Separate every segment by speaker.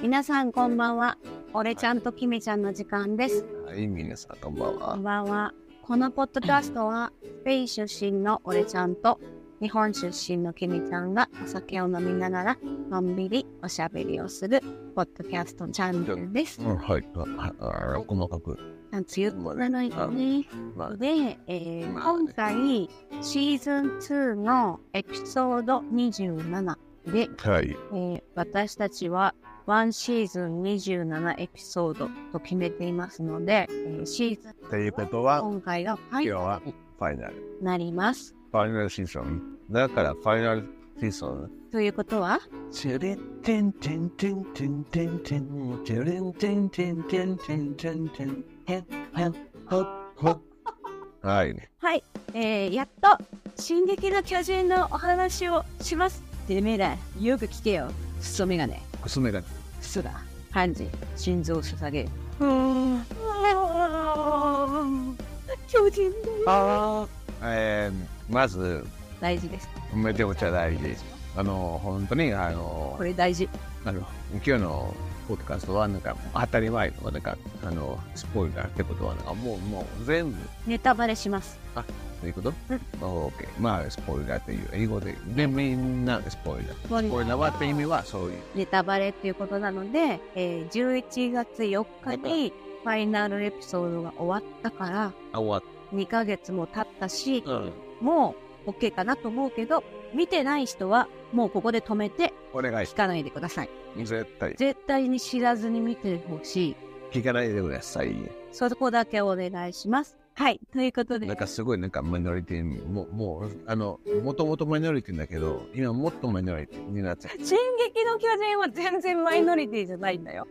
Speaker 1: 皆さんこんばんは。俺ちゃんとキミちゃんの時間です。
Speaker 2: はい、皆さん、こんばん
Speaker 1: こん
Speaker 2: は。
Speaker 1: ばんは。このポッドキャストは、スペイン出身の俺ちゃんと、日本出身のキミちゃんがお酒を飲みながら、のんびりおしゃべりをする、ポッドキャストチャンネルです。
Speaker 2: うん、はい、あああ細かく。
Speaker 1: なんつ言ってないよね。
Speaker 2: まあ、
Speaker 1: で、えー
Speaker 2: まあ
Speaker 1: 今回、シーズン2のエピソード27で、
Speaker 2: はい、
Speaker 1: えー私たちは1シーズン27エピソードと決めていますので、えーシーズン
Speaker 2: ということは、
Speaker 1: 今回がファイ
Speaker 2: 今日はファイナル。
Speaker 1: なります。
Speaker 2: ファイナルシーズン。だから、ファイナルシーズン。
Speaker 1: ということは、
Speaker 2: チュレンテンテンテンテンテンテン、チュレンテンテンテンテンテンテン、ヘッヘッホッホッ。はい、
Speaker 1: はい、えーやっと「進撃の巨人」のお話をします。てめえら、よく聞けよ。クソメガネ、
Speaker 2: クソメガネ。
Speaker 1: クソだ。ハンジ、心臓を捧げ。巨人だよ
Speaker 2: ああ、えー、まず、
Speaker 1: 大事です。
Speaker 2: めちゃくちゃ大事。あの、本当に、あの
Speaker 1: こ、れ大事。
Speaker 2: あの今日のポッドキャストはなんか当たり前のなんかあのスポイラーってことはなんかもうもう全部
Speaker 1: ネタバレします。
Speaker 2: ということ、
Speaker 1: うん
Speaker 2: オーケーまあスポイラーっていう英語ででみんなスポイラースポ
Speaker 1: ポイラー
Speaker 2: イラーはって意味はそういう
Speaker 1: ネタバレっていうことなので、えー11月4日にファイナルエピソードが終わったから、
Speaker 2: あ終
Speaker 1: 2ヶ月も経ったし、
Speaker 2: わっ
Speaker 1: もう OK かなと思うけど、見てない人はもうここで止めて
Speaker 2: お願い
Speaker 1: 聞かないでください。
Speaker 2: 絶対
Speaker 1: 絶対に知らずに見てほしい。
Speaker 2: 聞かないでください
Speaker 1: そこだけお願いします。はい。ということで
Speaker 2: なん、かすごいなんかマイノリティももうあのもともとマイノリティだけど今もっとマイノリティになっちゃ
Speaker 1: 進撃の巨人は全然マイノリティじゃないんだよ。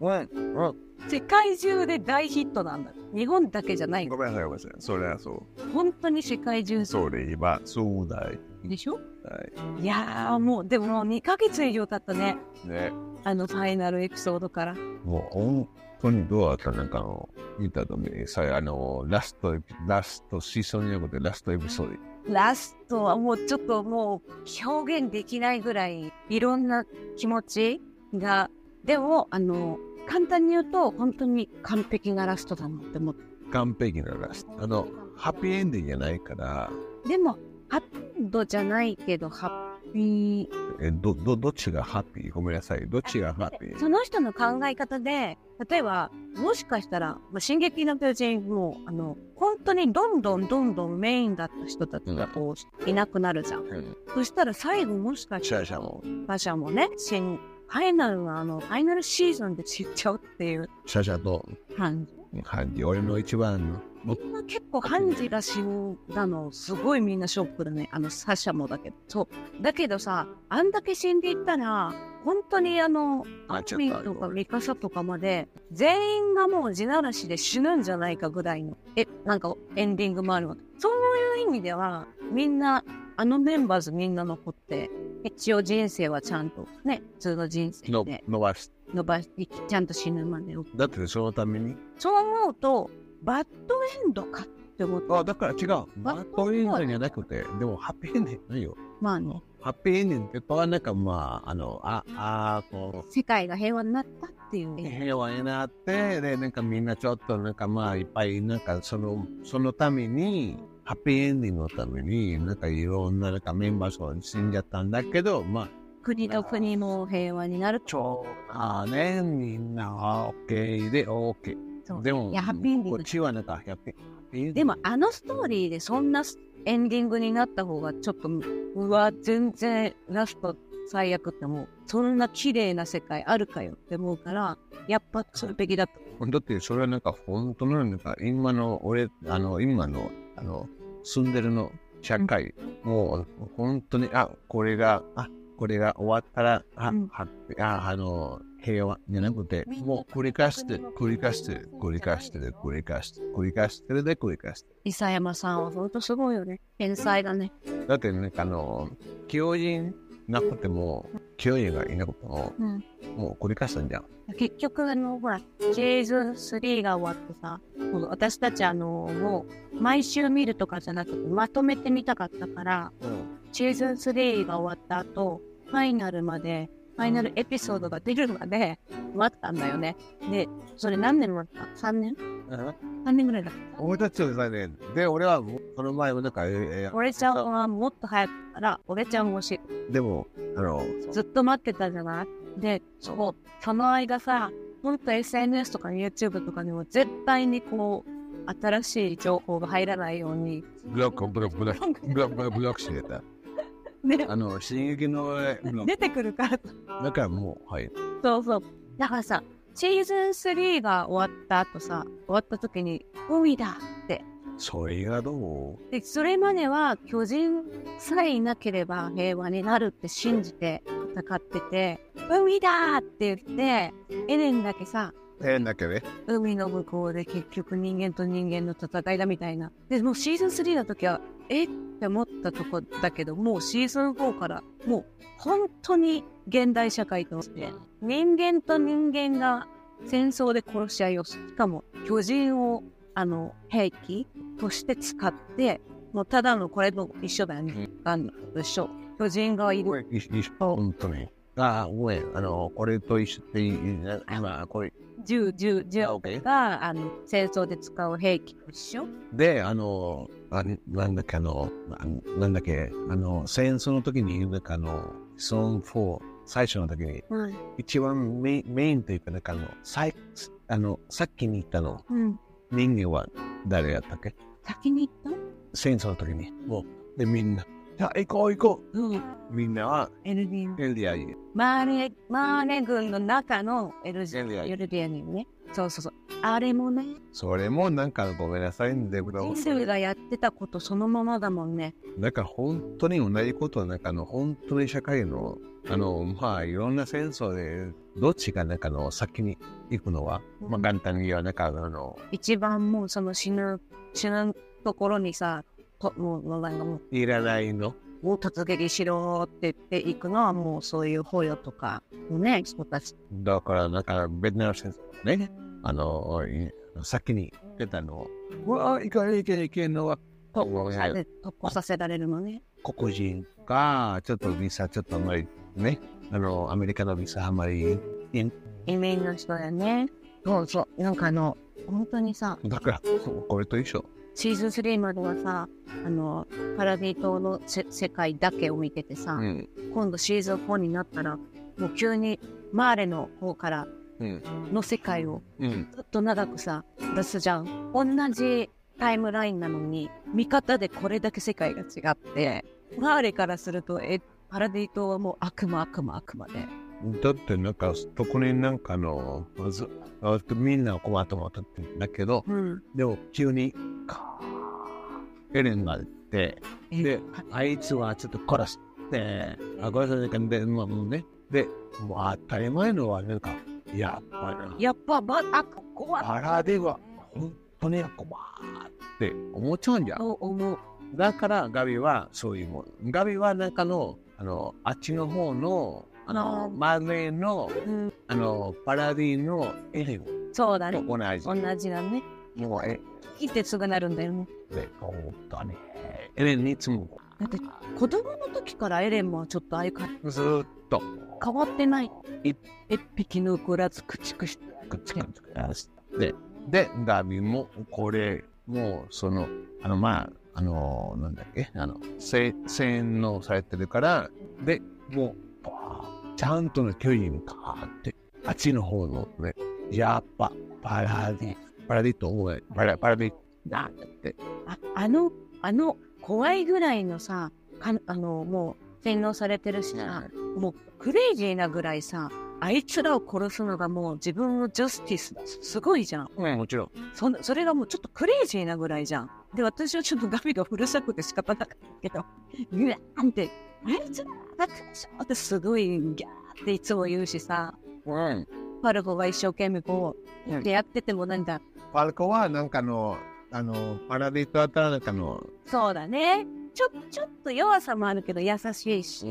Speaker 2: ううんうん
Speaker 1: 世界中で大ヒットなんだ。日本だけじゃない。
Speaker 2: ごめんなさいごめんなさいそれはそ
Speaker 1: 本当に世界中
Speaker 2: うそれはそうだい
Speaker 1: でしょ
Speaker 2: はい
Speaker 1: やーもうでももう2ヶ月以上経ったね
Speaker 2: いね
Speaker 1: あのファイナルエピソードから
Speaker 2: もう本当にどうだったなんかあの見たとにさあのラストエピラストシーソンじゃなくてラストエピソー
Speaker 1: ラストはもうちょっともう表現できないぐらいいろんな気持ちがでもあの簡単に言うと本当に完璧なラストだなって思っ
Speaker 2: ド完璧なラストあのハッピーエンディングじゃないから
Speaker 1: てでもハッピーエンドじゃないけどハッピ
Speaker 2: えどどどっちがハッピーごめんなさいどっちがハッピ
Speaker 1: ー
Speaker 2: ー
Speaker 1: その人の考え方で例えばもしかしたら「まあ進撃の巨人も」あの本当にどんどんどんどんメインだった人たちがこういなくなるじゃん。
Speaker 2: うん
Speaker 1: そしたら最後もしかし
Speaker 2: シ
Speaker 1: た
Speaker 2: ャ
Speaker 1: ら
Speaker 2: ーシャも
Speaker 1: 馬車もね、新ファイナルはあの、ファイナルシーズンで知っちゃうっていう
Speaker 2: シャーシャと
Speaker 1: 感じ。
Speaker 2: ハンディ俺の一番の僕
Speaker 1: みんな結構ハンジが死んだの、すごいみんなショックだね。あの、サシャもだけど。そう。だけどさ、あんだけ死んでいったら、本当にあの、
Speaker 2: あ
Speaker 1: ア
Speaker 2: ちょっと
Speaker 1: ピンとかミカサとかまで、全員がもう地ならしで死ぬんじゃないかぐらいの、え、なんかエンディングもあるわけ。そういう意味では、みんな、あのメンバーズみんな残って、一応人生はちゃんとね、普通の人生
Speaker 2: の
Speaker 1: で
Speaker 2: 伸ばし
Speaker 1: 伸ばして、ちゃんと死ぬまでを。
Speaker 2: だってそのために
Speaker 1: そう思うと、バッドエンドかって思って、
Speaker 2: あだから違うバッドエンディングじゃなくてでもハッピーエンディングないよ
Speaker 1: まあね、
Speaker 2: ハッピーエンディングってはなんかまああのああーこう
Speaker 1: 世界が平和になったっていう。
Speaker 2: 平和になってでなんかみんなちょっとなんかまあいっぱいなんかそのそのためにハッピーエンディングのためになんかいろんななんかメンバーが死んじゃったんだけどまあ
Speaker 1: 国と国も平和になる。
Speaker 2: 超あねみんなオッケーでオッケ
Speaker 1: そ
Speaker 2: ー
Speaker 1: う
Speaker 2: でも
Speaker 1: いやハッピーエンディング
Speaker 2: こっちはなんかハッピーエンディ
Speaker 1: で
Speaker 2: ン
Speaker 1: も
Speaker 2: グ、
Speaker 1: あのストーリーでそんなエンディングになった方が、ちょっと、うわ、全然ラスト最悪ってもう、そんな綺麗な世界あるかよって思うから、やっぱそれべきだと。
Speaker 2: だってそれはなんか本当のなんか今の俺あの今のあの住んでるの社会、もう本当にあこれがあこれが終わったらあ、
Speaker 1: うん
Speaker 2: ハッピーああの平和じゃなくてもう繰り返して繰り返して繰り返してで繰り返して繰り返してで繰り返して
Speaker 1: 伊佐山さんは本当すごいよね。天才だね。
Speaker 2: だってなんかあの教員なくても教員がいなくても
Speaker 1: うん。
Speaker 2: もう繰り返したんじゃん
Speaker 1: 結局あのほらシーズン3が終わってさこの私たちあのもう毎週見るとかじゃなくてまとめて見たかったからシーズン3が終わった後ファイナルまでファイナルエピソードが出るまで待ったんだよね。で、それ何年待った ?3 年 ?3 年ぐらいだ。
Speaker 2: 俺たちはさね、で、俺はもうその前もなんか、えーえ
Speaker 1: 俺ちゃんはもっと早くから、俺ちゃん推し、
Speaker 2: ーでも、あの、
Speaker 1: ずっと待ってたじゃないで、そう、その間さ、ほんと SNS とか YouTube とかにも絶対にこう、新しい情報が入らないように。
Speaker 2: ブロック、ブロック、ブロック、ブロック、ブロックしてた。
Speaker 1: ね、
Speaker 2: あの、進撃の、ブロッ
Speaker 1: 出てくるから
Speaker 2: クだからもう、はい。
Speaker 1: そうそう。だからさ、シーズン3が終わった後さ、終わった時に、海だって。
Speaker 2: それがどう
Speaker 1: で、それまでは巨人さえいなければ平和になるって信じて戦ってて、海だって言って、エレンだけさ、
Speaker 2: 変だけどね。
Speaker 1: 海の向こうで結局人間と人間の戦いだみたいな。で、もうシーズン3の時は、えって思ったとこだけど、もうシーズン4から、もう本当に現代社会として、人間と人間が戦争で殺し合いをする。しかも、巨人を、あの、兵器として使って、もうただのこれと一緒だよね。ガンダムと一緒。巨人がいる。
Speaker 2: いいい本当に。ああ、ごめん。あの、俺と一緒っていい、今、これ。
Speaker 1: 銃、銃、銃
Speaker 2: あ OK
Speaker 1: が、あの、戦争で使う兵器と一緒。
Speaker 2: で、あの、あれなんだっけ、あの、ななんだっけ、あの、戦争の時に、なんかあの、ソン4、最初の時に、
Speaker 1: うん。
Speaker 2: 一番メインメインというか、なんかあの、最あのさっきに言ったの、
Speaker 1: うん。
Speaker 2: 人間は誰やったっけ
Speaker 1: 先に行っ
Speaker 2: 戦争の時に。もう、で、みんな、あ行こう行こ
Speaker 1: たうん。
Speaker 2: うみんなは、
Speaker 1: エルディアン。
Speaker 2: エルディアに。
Speaker 1: マーレ、マーレ軍の中のエルジ
Speaker 2: エルディア
Speaker 1: エルディアにね。そうそうそう。あれもね、
Speaker 2: それもなんかごめんなさいんだけど
Speaker 1: 人、生がやってたことそのままだもんね。
Speaker 2: なんか本当に同じことは、なんかあの、本当に社会の、あの、まあ、いろんな戦争で、どっちがなんかあの、先に行くのは、まあ、簡単に言えば、なんかあの、
Speaker 1: 一番もうその死ぬ、死ぬところにさ、ともう、なんかも
Speaker 2: いらないの。
Speaker 1: う、もう突撃しろって言っていくのはもうそういう捕虜とかのね、人たち。
Speaker 2: だから、なんか、ベトナム戦争ね、あの、い先に出たのを、うわあ、いかないけないいけんのは、
Speaker 1: と
Speaker 2: ごめんなさい
Speaker 1: 突破させられるのね。
Speaker 2: 黒人が、ちょっとビザ、ちょっとあんまりね、あの、アメリカのビザあんまり、
Speaker 1: 移民の人だよね。そうそう。なんかあの、本当にさ、
Speaker 2: だから、そうこれと一緒。
Speaker 1: シーズン3まではさあのパラディ島のせ世界だけを見ててさ、
Speaker 2: うん。
Speaker 1: 今度シーズン4になったらもう急にマーレの方から
Speaker 2: うん。
Speaker 1: の世界を
Speaker 2: うん。
Speaker 1: ずっと長くさ出すじゃん同じタイムラインなのに見方でこれだけ世界が違ってマーレからするとえパラディ島はもう悪魔悪魔悪魔で
Speaker 2: だって、なんか、そこになんかあの、まず、あみんな困ったもったってんだけど、
Speaker 1: うん
Speaker 2: でも、急に、かエレンが出て、
Speaker 1: え
Speaker 2: で、あいつはちょっと殺して、あ、殺さないかんで、まあ、もうね。で、もう当たり前のは、なんか、やっぱな、
Speaker 1: やっぱばあここは
Speaker 2: あらでは、本当に困って思っちゃうんじゃん。
Speaker 1: と思う
Speaker 2: だから、ガビはそういうもん。ガビは中の、あの、あっちの方の、あ
Speaker 1: あ
Speaker 2: の、
Speaker 1: ー
Speaker 2: マネーの、
Speaker 1: うん
Speaker 2: あの、パラディのエレンと
Speaker 1: そうだね
Speaker 2: 同
Speaker 1: 同じだね
Speaker 2: じ。もう、え、
Speaker 1: 生きてすぐなるんだよね
Speaker 2: で、本当に。エレンにいつも、
Speaker 1: だって子供の時からエレンもちょっとああいう感じ
Speaker 2: ずーっと、
Speaker 1: 変わってない
Speaker 2: い
Speaker 1: 一匹残らず駆逐して
Speaker 2: くっつけてくださいで、で、ダビも、これ、もう、その、あの、まあ、あの、なんだっけ、あの、せ洗脳されてるから、で、もう、バーちゃんとの巨人かーって、あっちの方のね、やっぱ、パラディ、パラディと思え、パラ、パラディ、なんだって、
Speaker 1: ああのあの怖いぐらいのさかあのもう洗脳されてるしさもうクレイジーなぐらいさあいつらを殺すのがもう自分のジャスティスすごいじゃん
Speaker 2: うん、もちろん。
Speaker 1: そんそれがもうちょっとクレイジーなぐらいじゃんで私はちょっとガビがうるさくて仕方なかったけど「うわ!」って「あいつら悪でしょ!」ってすごいギャーっていつも言うしさ
Speaker 2: うん。
Speaker 1: パルコが一生懸命こう、
Speaker 2: うん
Speaker 1: でやっててもなんだ、
Speaker 2: パルコは、なんかの、あの、パラディとあったら、なんかの、
Speaker 1: そうだね。ちょ、ちょっと弱さもあるけど優しいし。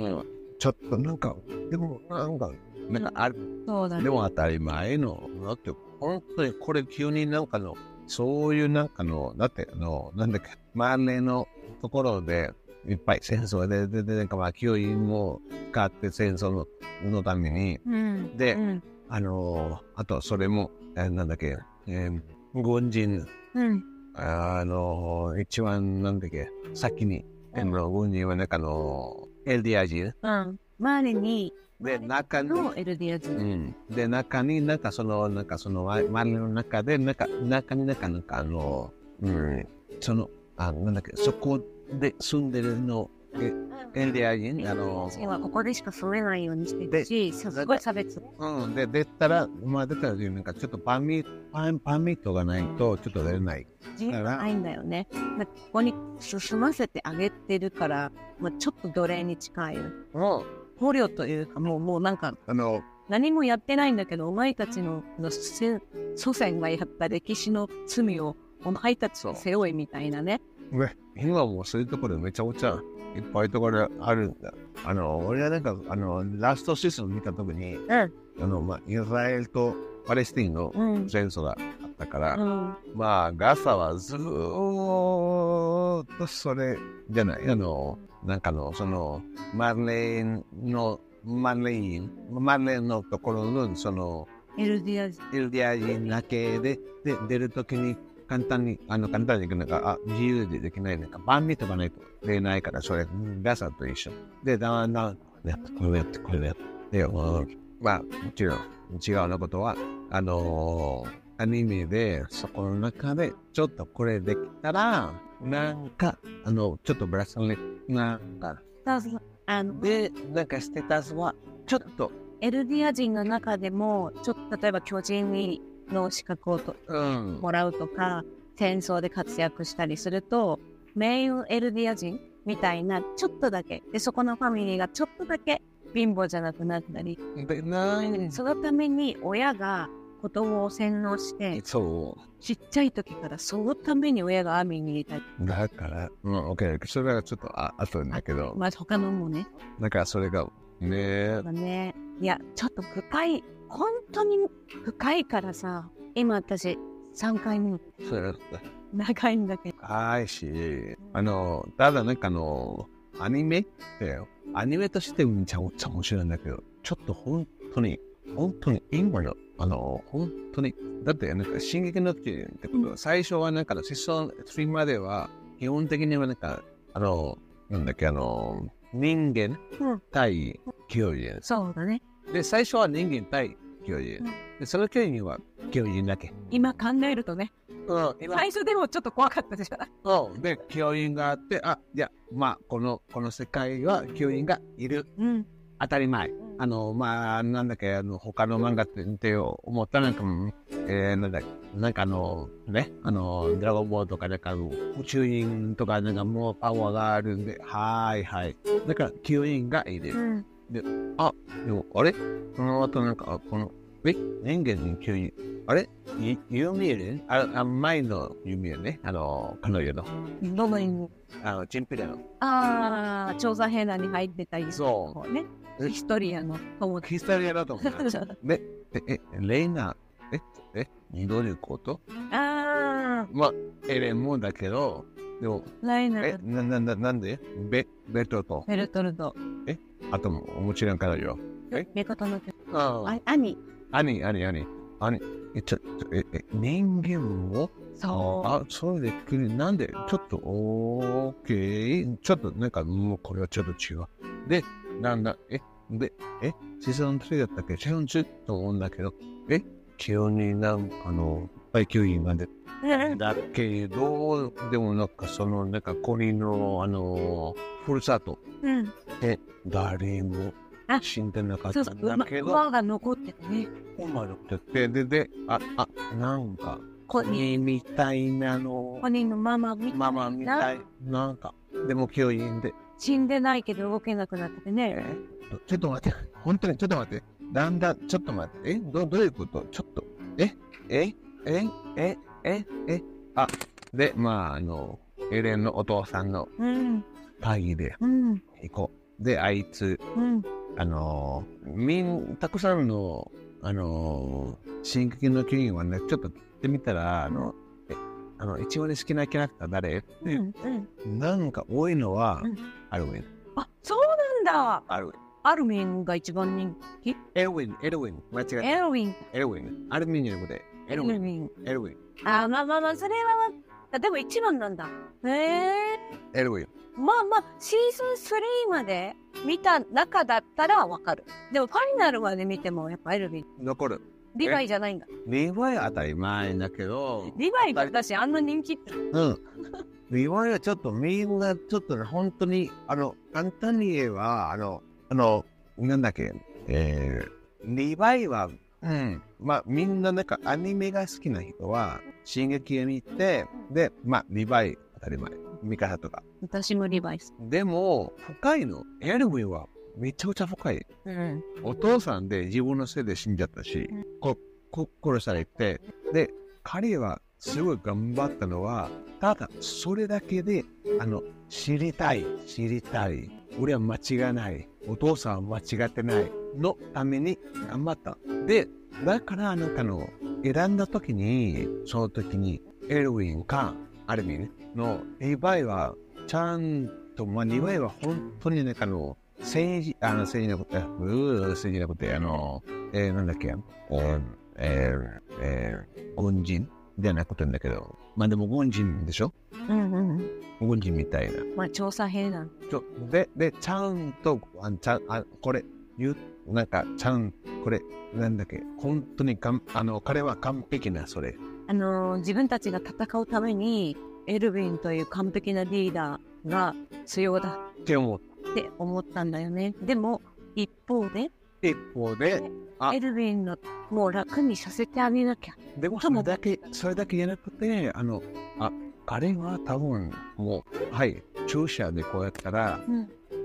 Speaker 2: ちょっとなんか、でも、なんか、なんか、ある
Speaker 1: そうだ
Speaker 2: で。も当たり前の、だって、本当にこれ急になんかの、そういうなんかの、だってあの、なんだっけ、マーレのところで、いっぱい戦争で、で、で、なんかまあ、勢いも使って戦争ののために、
Speaker 1: うん
Speaker 2: で
Speaker 1: うん
Speaker 2: あのーあとそれも、えーなんだっけ、えー軍人、
Speaker 1: うん
Speaker 2: あのー一番なんだっけ、先に、あの軍人はなんかあのエルディア人
Speaker 1: うん周りに
Speaker 2: で、中に、
Speaker 1: のエルディア
Speaker 2: う
Speaker 1: 人
Speaker 2: ん、で、中になんかその、なんかその、わ周りの中で、なんか、中になんか、なんかあのうん、その、あなんだっけ、そこで住んでるの、エルディア人、あの
Speaker 1: 人はここでしか住めないようにしてるし、すごい差別。
Speaker 2: うん、で、出たら、まあ出たら、なんかちょっとパーミパンパーミットがないと、ちょっと出れない。
Speaker 1: 自由がないんだよね。だここに進ませてあげてるから、まあ、ちょっと奴隷に近いよ。
Speaker 2: も
Speaker 1: 捕虜というか、もう、もうなんか、
Speaker 2: う、あの、
Speaker 1: 何もやってないんだけど、お前たちのの先祖先がやった歴史の罪を、お前たちに背負いみたいなね。
Speaker 2: ね、今もうそういうところめちゃくちゃいっぱいところあるんだ。あの、俺はなんか、あの、ラストシーズン見たときに、
Speaker 1: うん。
Speaker 2: あの、まあ、イスラエルとパレスティンの
Speaker 1: うん。
Speaker 2: 戦争があったから、
Speaker 1: うん。
Speaker 2: まあ、ガサはずーっとそれじゃない。あの、なんかの、その、マレーンの、マレーン、マレーンのところの、その、
Speaker 1: エルディア人。
Speaker 2: エルディア人だけで、で、出るときに、簡単に、あの、簡単に、なんか、あ、自由でできない、なんか、万里とかないと出れないから、それ、ガサと一緒。で、だんだん、やって、これやって、これやって。で、うんまあ、もちろん、違うなことは、あのーアニメで、そこの中で、ちょっとこれできたら、なんか、あの、ちょっとブラスレなんか、
Speaker 1: だからあの、
Speaker 2: で、なんか、ステータスは、ちょっと、
Speaker 1: エルディア人の中でも、ちょっと例えば巨人にの資格をと
Speaker 2: うん、
Speaker 1: もらうとか戦争で活躍したりするとメインエルディア人みたいなちょっとだけでそこのファミリーがちょっとだけ貧乏じゃなくなったり、
Speaker 2: で、なん、
Speaker 1: そのために親が子供を洗脳して
Speaker 2: そう。
Speaker 1: ちっちゃい時からそのために親が網に入れたり、
Speaker 2: だから、うん、OK。それはちょっとあ後だけど、
Speaker 1: まあ、他のもね
Speaker 2: なんかそれが、ねえ、
Speaker 1: ねいやちょっと深い本当に深いからさ今私3回目
Speaker 2: それ
Speaker 1: 長いんだけど
Speaker 2: 深いし、あの、ただなんかあの、アニメって、アニメとしてめちゃくちゃ面白いんだけど、ちょっと本当に、本当に今の、あの、本当に、だってなんか、進撃の巨人ってことは、最初はなんか、シソン3までは、基本的にはなんか、あの、なんだっけ、あの、人間
Speaker 1: うん
Speaker 2: 対巨人
Speaker 1: そうだね
Speaker 2: で、最初は人間対巨人
Speaker 1: うん。
Speaker 2: で、その巨人は巨人だけ。
Speaker 1: 今考えるとね
Speaker 2: うん、今
Speaker 1: 最初でもちょっと怖かったでしょ
Speaker 2: うんで、巨人があって、あ、いや、まあ、この、この世界は巨人がいる。
Speaker 1: うん
Speaker 2: 当たり前。あの、まあ、なんだっけ、あの、他の漫画ってって思ったなんか、うんえー、なんだっけ、なんかあの、ね、あの、ドラゴンボールとか、なんか、宇宙人とか、なんかもうパワーがあるんで、はーいはい。だから、巨人がいる。
Speaker 1: うん
Speaker 2: でも、あれこの後なんか、この、え人間に急に、あれゆユミエルあ、あ前のユミエルね。あの、彼女の、
Speaker 1: どの意味
Speaker 2: あの、チンピラの。
Speaker 1: ああ、調査兵団に入ってたり
Speaker 2: そ
Speaker 1: こうね。ヒストリアの友
Speaker 2: う。
Speaker 1: 達。
Speaker 2: ヒスタリアだと思う。 でえ、レイナ、え、え、どういうこと
Speaker 1: ああ、
Speaker 2: まあ、エレンもだけど、でも、
Speaker 1: ライナ
Speaker 2: え
Speaker 1: ー、、
Speaker 2: な、な、ななんでベ、ベトと、
Speaker 1: ベルトルド、
Speaker 2: あとも、もちろん彼女。え
Speaker 1: メコトの
Speaker 2: あ
Speaker 1: あ兄。
Speaker 2: 兄、兄、兄、兄。え、ちょ、ちょえ、え、人間を
Speaker 1: そう。
Speaker 2: あ、そうでくる。なんで、ちょっと、オーケー。ちょっと、なんか、もうこれはちょっと違う。で、なんだ、え、で、え、シーズン3だったっけシーズン2と思うんだけど、え、急になんか、あの、配給員が出
Speaker 1: うん
Speaker 2: だけど、でもなんか、その、なんか、コリの、あの、ふるさと、
Speaker 1: うん。
Speaker 2: 誰も
Speaker 1: あ
Speaker 2: 死んでなかっ
Speaker 1: そ
Speaker 2: た
Speaker 1: うそ
Speaker 2: ん
Speaker 1: う、
Speaker 2: だ
Speaker 1: 馬
Speaker 2: けど、
Speaker 1: 馬が残っててね。
Speaker 2: お前のってて、で、で、あ、あ、なんか、
Speaker 1: こ
Speaker 2: 鬼みたいなの
Speaker 1: 本人のママみ
Speaker 2: ママみたい。なんか、でも教員で、
Speaker 1: 死んでないけど動けなくなっててね。
Speaker 2: ちょっと待って、本当にちょっと待って、だんだん、ちょっと待って、え、どどういうことちょっと、え、え、え、え、え、え、あ、で、まあ、あの、エレンのお父さんの
Speaker 1: うん。
Speaker 2: 会議で
Speaker 1: うん。
Speaker 2: 行こう。で、あいつ、
Speaker 1: うん。
Speaker 2: あのー、みん、たくさんの、あのー、進撃の巨人はね、ちょっと聞いてみたら、あの、え、あの、一番好きなキャラクター誰、
Speaker 1: うん。うん。
Speaker 2: なんか多いのは、
Speaker 1: うん
Speaker 2: アルウィン。
Speaker 1: あ、そうなんだ。
Speaker 2: アルウィン。
Speaker 1: アルミンが一番人気。
Speaker 2: エルウィン、エルウィン。間違え
Speaker 1: エルウィン。
Speaker 2: た。エルウィン。アルミニウムで。エルウィン、
Speaker 1: ィン。
Speaker 2: エルウィン、
Speaker 1: あ、まあまあまあ、それは、あでも一番なんだ。へえ。
Speaker 2: エルウィン。
Speaker 1: まあまあ、シーズン3まで見た中だったらわかる。でもファイナルまで見てもやっぱエルヴィン、
Speaker 2: 残る。
Speaker 1: リヴァイじゃないんだ。
Speaker 2: リヴァイは当たり前だけど、
Speaker 1: リヴァイが私あんな人気って。
Speaker 2: うん。リヴァイはちょっとみんな、ちょっとね、本当に、あの、簡単に言えば、あの、あの、なんだっけ、えー、リヴァイは、うん、まあみんななんかアニメが好きな人は、進撃を見て、で、まあリヴァイ当たり前、ミカサとか。
Speaker 1: 私もリヴァイ
Speaker 2: でも、深いの、エルヴィンはめちゃくちゃ深い。
Speaker 1: うん。
Speaker 2: お父さんで自分のせいで死んじゃったし、ここ殺されて、で、彼はすごい頑張ったのは、ただそれだけで、あの、知りたい、知りたい、俺は間違いない、お父さんは間違ってない、のために頑張った。で、だからあなたの選んだ時に、その時に、エルウィンか、アルミンのリヴァイは、ちゃんと、まあ、リヴァイは本当になんかあの、政治、あの、政治のこと、うー政治のこと、あの、えー、なんだっけ、うんえー、えー、軍人じゃなくてんだけど、まあでも軍人でしょ
Speaker 1: うんうん。
Speaker 2: 軍人みたいな。
Speaker 1: まあ調査兵なん
Speaker 2: ちょで、で、ちゃんと、あちゃん、あこれ、言う、なんか、ちゃん、これ、なんだっけ、本当にかん、あの、彼は完璧な、それ。
Speaker 1: あのー自分たちが戦うために、エルヴィンという完璧なリーダーが必要だ
Speaker 2: って思う。
Speaker 1: って思ったんだよね。でも、一方で、
Speaker 2: 一方で、あ
Speaker 1: エルヴィンのもう楽にさせてあげなきゃ。
Speaker 2: でもそれだけ、それだけじゃなくて、あの、あ、彼は多分、もう、はい、注射でこうやったら、
Speaker 1: う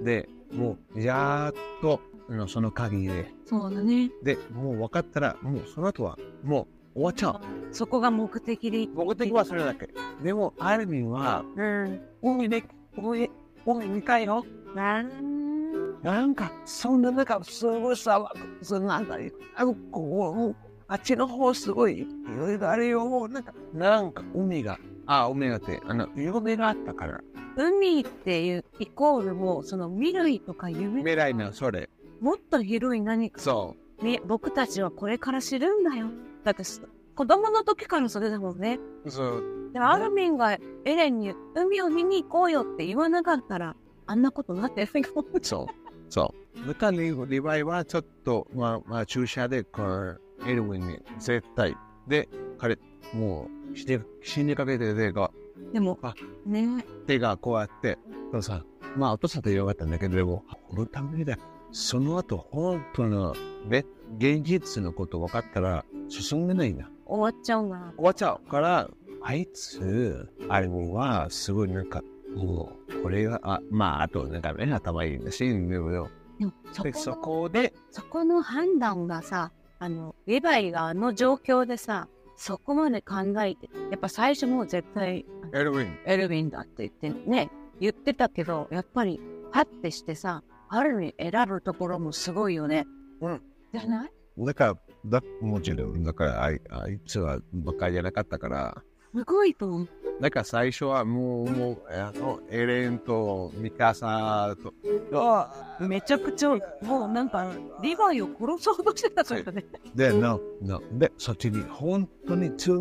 Speaker 1: ん。
Speaker 2: で、もう、やーっと、あのその鍵で、
Speaker 1: そうだね。
Speaker 2: で、もう分かったら、もうその後は、もう終わっちゃう。
Speaker 1: そこが目的で。
Speaker 2: 僕的はそれだけ。でも、アルミンは、
Speaker 1: うん。
Speaker 2: 海で、海、海見たいよ。
Speaker 1: なん
Speaker 2: なんか、そんな中、すごい騒ぐ、そのあたり、あ、ここ、あっちの方すごい、いろいろあれよ、なんか、なんか海が、あ、海がって、あの、夢があったから。
Speaker 1: 海っていうイコールもうその未来とか夢
Speaker 2: 未来の、それ。
Speaker 1: もっと広い何か
Speaker 2: そ
Speaker 1: み僕たちはこれから知るんだよだってす子供の時からそれだもんね
Speaker 2: う。そう。
Speaker 1: でアルミンがエレンに海を見に行こうよって言わなかったらあんなことなってないかも
Speaker 2: そう。そう。歌リリヴァイはちょっと、まあ、まあ、注射で、このエルウィンに絶対。で、彼、もう、死に死にかけてて、こ
Speaker 1: でも
Speaker 2: あ
Speaker 1: ね
Speaker 2: う手がこうやって、お父さん、まあ、お父さんとよかったんだけど、でも、このためだ。その後、本当の、ね、現実のこと分かったら、進めないな。
Speaker 1: 終わっちゃうな
Speaker 2: 終わっちゃうから、あいつ、あれは、すごいなんか、もう、これが、あまあ、あと、なんかね、頭いいんだし、でも、でも
Speaker 1: でもそこ
Speaker 2: で
Speaker 1: の
Speaker 2: そこで、
Speaker 1: そこの判断がさあのリヴァイがあの状況でさそこまで考えてやっぱ最初もう絶対
Speaker 2: エルウィン。
Speaker 1: エルヴィンだって言ってね言ってたけどやっぱりパッてしてさある意味選ぶところもすごいよね。
Speaker 2: うん。
Speaker 1: じゃない
Speaker 2: だから、だもちろん、だからあい、あいつはバカじゃなかったから、
Speaker 1: すごいと思う。
Speaker 2: だから最初はもう、もう、あの、エレンとミカサと、あ
Speaker 1: めちゃくちゃもうなんかリヴァイを殺そうとしてたからね。
Speaker 2: で、な、な、で、そっちに、本当に注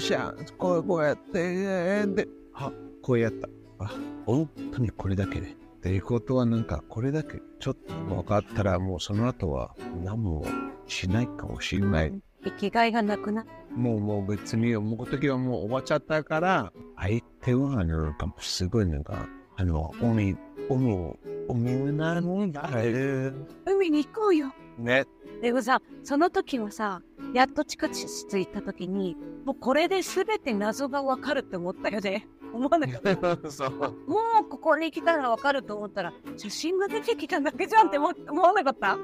Speaker 2: 射、こう、こうやって、で、あ、こうやった。あ、本当にこれだけで。っていうことは、なんか、これだけ、ちょっと分かったら、もうその後は、何もしないかもしれない。
Speaker 1: 生きがいがなくなっ
Speaker 2: もうもう別に思う時はもう終わっちゃったから、相手はなんかすごいなんか、あの、海、海を、海なのになる。
Speaker 1: 海に行こうよ。
Speaker 2: ね。
Speaker 1: でもさその時はさやっと地下地室行った時にもうこれで全て謎がわかるって思ったよね。思わなかった。
Speaker 2: そう。
Speaker 1: もうここに来たらわかると思ったら写真が出てきただけじゃんって思思わなかった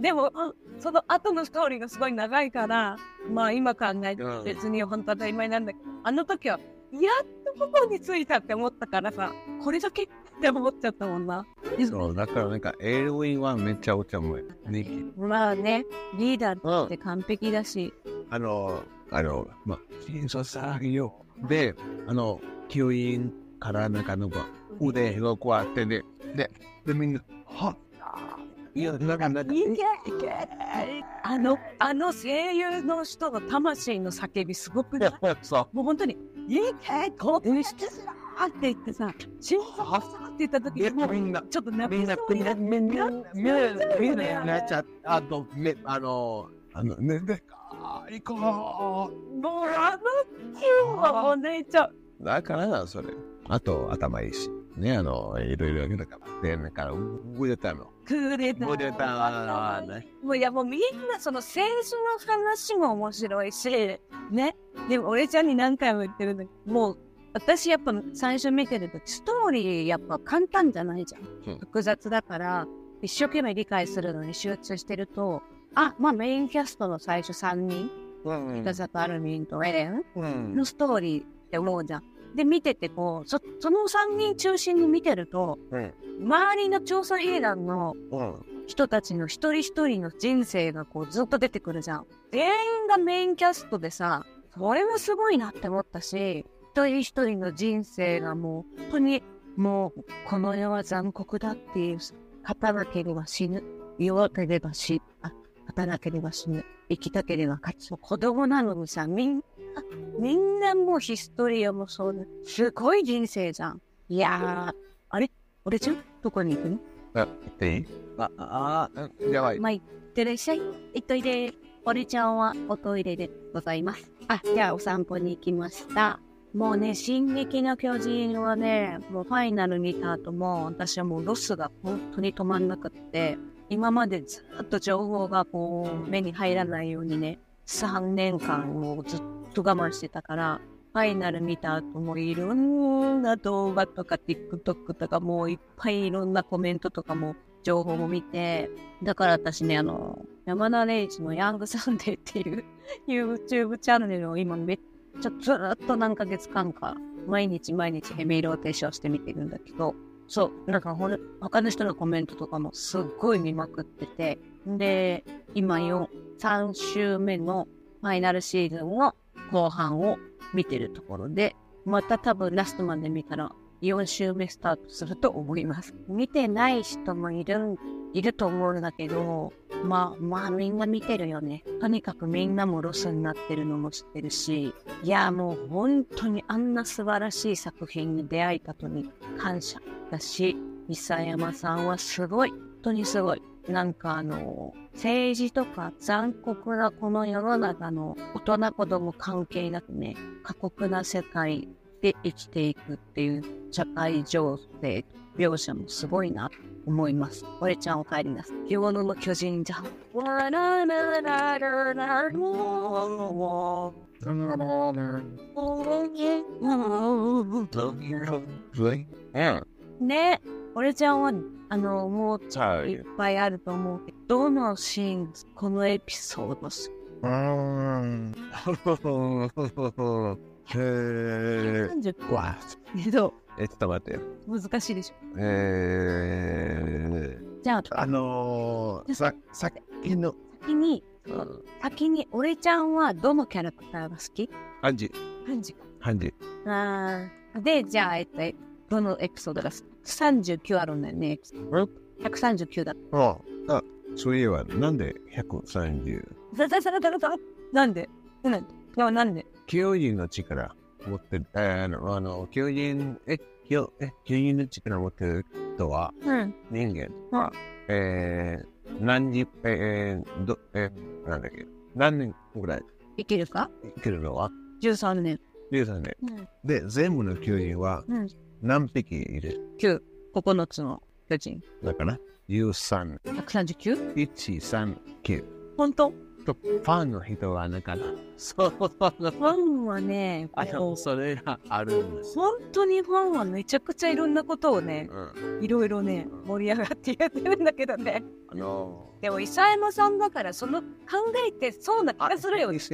Speaker 1: でもその後のストーリーがすごい長いからまあ今考えて
Speaker 2: うん
Speaker 1: 別に本当当たり前なんだけどあの時はやっとここに着いたって思ったからさこれだけって思っちゃったもんな。
Speaker 2: そう、だからなんか、エルウィンはめちゃくちゃ重い。ね
Speaker 1: まあねリーダー
Speaker 2: う
Speaker 1: っ
Speaker 2: ん。
Speaker 1: て完璧だし
Speaker 2: あの、あの、まあ、新卒作業で、あの、吸引からなんかの腕をこうやってね、で、みんな、はっ。いや、なんか、なんか、
Speaker 1: いけいけあの、あの声優の人の魂の叫びすご くない
Speaker 2: さ、
Speaker 1: もう本当に、いけこう、してすらって言ってさ、心臓がさって言った時
Speaker 2: で、
Speaker 1: にも
Speaker 2: み
Speaker 1: う、
Speaker 2: んな、
Speaker 1: ちょっと
Speaker 2: みん
Speaker 1: 泣き
Speaker 2: な、
Speaker 1: そうに
Speaker 2: みん
Speaker 1: な
Speaker 2: な、
Speaker 1: って
Speaker 2: みんな、みんな、みんな、なっちゃあと、め、あの、あの、ね、で、あー、行こ
Speaker 1: もうあの子はもう泣いちゃう。
Speaker 2: う。だからな、それ。あと、頭いいし。ね、あの、いろいろあげるから。で、だから、覚えてたの。
Speaker 1: クーデター。
Speaker 2: クーデターはね
Speaker 1: もういやもうみんなその政治の話も面白いし、ね。でも俺ちゃんに何回も言ってるんだけど、もう私やっぱ最初見てるとストーリーやっぱ簡単じゃないじゃ
Speaker 2: うん
Speaker 1: ん。複雑だから、一生懸命理解するのに集中してると、あ、まあメインキャストの最初3人、
Speaker 2: うん
Speaker 1: 北里アルミンとエレン
Speaker 2: うん
Speaker 1: のストーリーって思うじゃん。で、見ててこう、そその3人中心に見てると、
Speaker 2: うん。
Speaker 1: 周りの調査兵団の
Speaker 2: うん。
Speaker 1: 人たちの一人一人の人生がこうずっと出てくるじゃん。全員がメインキャストでさ、それもすごいなって思ったし、一人一人の人生がもう本当にもうこの世は残酷だっていう、勝たなければ死ぬ、弱ければ死ぬ、あ勝たなければ死ぬ、生きたければ勝つ。もう子供なのにさ、みんな、みんなもうヒストリアもそうだ。すごい人生じゃん。いやー、あれ俺ちゃんどこに行くの
Speaker 2: あ、行っていいあ、あ、あ、やばい。
Speaker 1: まあ、いってらっしゃい。いっといで。俺ちゃんはおトイレでございます。あ、じゃあお散歩に行きました。もうね、進撃の巨人はね、もうファイナル見た後も、私はもうロスが本当に止まんなくって、今までずっと情報がこう、目に入らないようにね、3年間もうずっと我慢してたから、ファイナル見た後もいろんな動画とか TikTok とかもういっぱいいろんなコメントとかも情報も見て、だから私ね、あの、山田レイジのヤングサンデーっていう YouTube チャンネルを今めっちゃずーっと何ヶ月間か、毎日毎日ヘミローテーションして見てるんだけど、そう、なんかほん他の人のコメントとかもすっごい見まくってて、で、今よ、3週目のファイナルシーズンの後半を見てるところで、また多分ラストまで見たら4週目スタートすると思います。見てない人もいるんいると思うんだけど、まあまあみんな見てるよね。とにかくみんなもロスになってるのも知ってるし、いやもう本当にあんな素晴らしい作品に出会えたことに感謝だし、伊佐山さんはすごい、本当にすごい。なんかあの、政治とか残酷なこの世の中の大人子供関係なくね、過酷な世界で生きていくっていう社会情勢、描写もすごいな思います。俺ちゃんお帰りなさい。着物の巨人じゃん。ね俺ちゃんは、あの、もういっぱいあると思うけど、どのシーン、このエピソードす、30分けど、
Speaker 2: え、ちょっと待って。
Speaker 1: 難しいでしょ。
Speaker 2: え
Speaker 1: じゃあ、
Speaker 2: ー、あのー、さ、さっきの、
Speaker 1: 先に、先に、俺ちゃんはどのキャラクターが好き
Speaker 2: ハンジ、
Speaker 1: 何時
Speaker 2: ハンジ。
Speaker 1: あーで、じゃあ、えっと、どのエピソードが好き ?39 あるんだよね。139だ。
Speaker 2: あ、あ、そういえば、なんで130？
Speaker 1: ざざざざざざ なんでなんでいやなんで
Speaker 2: 巨人の力持ってる、えーあの、あの、巨人、え、巨え巨人の力持ってる人は、
Speaker 1: うん。
Speaker 2: 人間は、えー、何日、えー、ど、えー、なんだっけ、何年ぐらい
Speaker 1: 生きるか
Speaker 2: 生きるのは
Speaker 1: ?13 年。
Speaker 2: ?13 年。
Speaker 1: うん。
Speaker 2: で、全部の巨人は
Speaker 1: うん。
Speaker 2: 何匹いる
Speaker 1: 9、9つの巨人。
Speaker 2: だから、13、
Speaker 1: 139?
Speaker 2: 1、3、9。
Speaker 1: 本当
Speaker 2: と、ファンの人はなかなか。そうそうそう。
Speaker 1: ファンはね、
Speaker 2: あの、それがあるんです。
Speaker 1: 本当にファンはめちゃくちゃいろんなことをね、
Speaker 2: うん。
Speaker 1: いろいろね、盛り上がってやってるんだけどね。
Speaker 2: あの、
Speaker 1: でも、伊佐山さんだから、その考えてそうな気がするよ。伊佐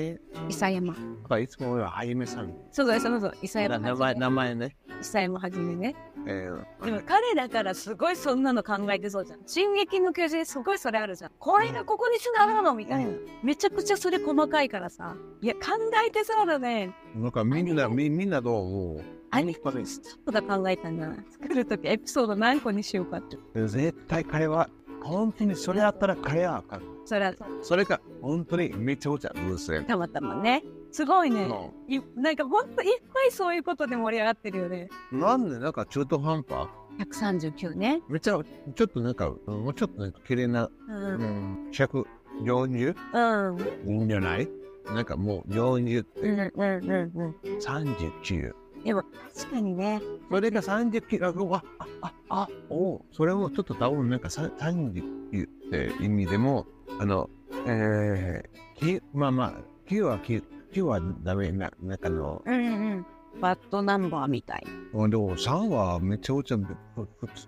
Speaker 1: 山。
Speaker 2: まあ、いつもはあゆめさん。
Speaker 1: そうだよ、そうそう、伊佐山はじめ。
Speaker 2: 名前、名前ね。
Speaker 1: 久山はじめね。
Speaker 2: えー
Speaker 1: でも彼だからすごいそんなの考えてそうじゃん。進撃の巨人すごいそれあるじゃん。これがここに繋がるのみたいな。めちゃくちゃそれ細かいからさ。いや、考えてそうだね。
Speaker 2: なんかみんな、みみんなどう思う
Speaker 1: あれ、
Speaker 2: 引っ張るんです
Speaker 1: ちょっとだ考えたな。作るときエピソード何個にしようかって。
Speaker 2: 絶対彼は、本当にそれあったら彼はあかん。
Speaker 1: それは
Speaker 2: それが本当にめちゃくちゃうるせえ。
Speaker 1: たまたまね。すごいね。
Speaker 2: も
Speaker 1: いなんかほんといっぱいそういうことで盛り上がってるよね。
Speaker 2: うなんでなんか中途半端
Speaker 1: 139ね。
Speaker 2: めっちゃちょっとなんかうんもうちょっとなんか綺麗な、
Speaker 1: う。
Speaker 2: うんん、140
Speaker 1: うん。うん。
Speaker 2: いいんじゃないなんかもう40って
Speaker 1: うん。うん。うん。
Speaker 2: 39
Speaker 1: 確かにね。
Speaker 2: それが39ああああおそれもちょっと多分なんかさ39って意味でもあのえー、きまあまあ9は9 9はダメななんかの
Speaker 1: うんうん。バッドナンバーみたい。
Speaker 2: うんでも3はめちゃくちゃふ普通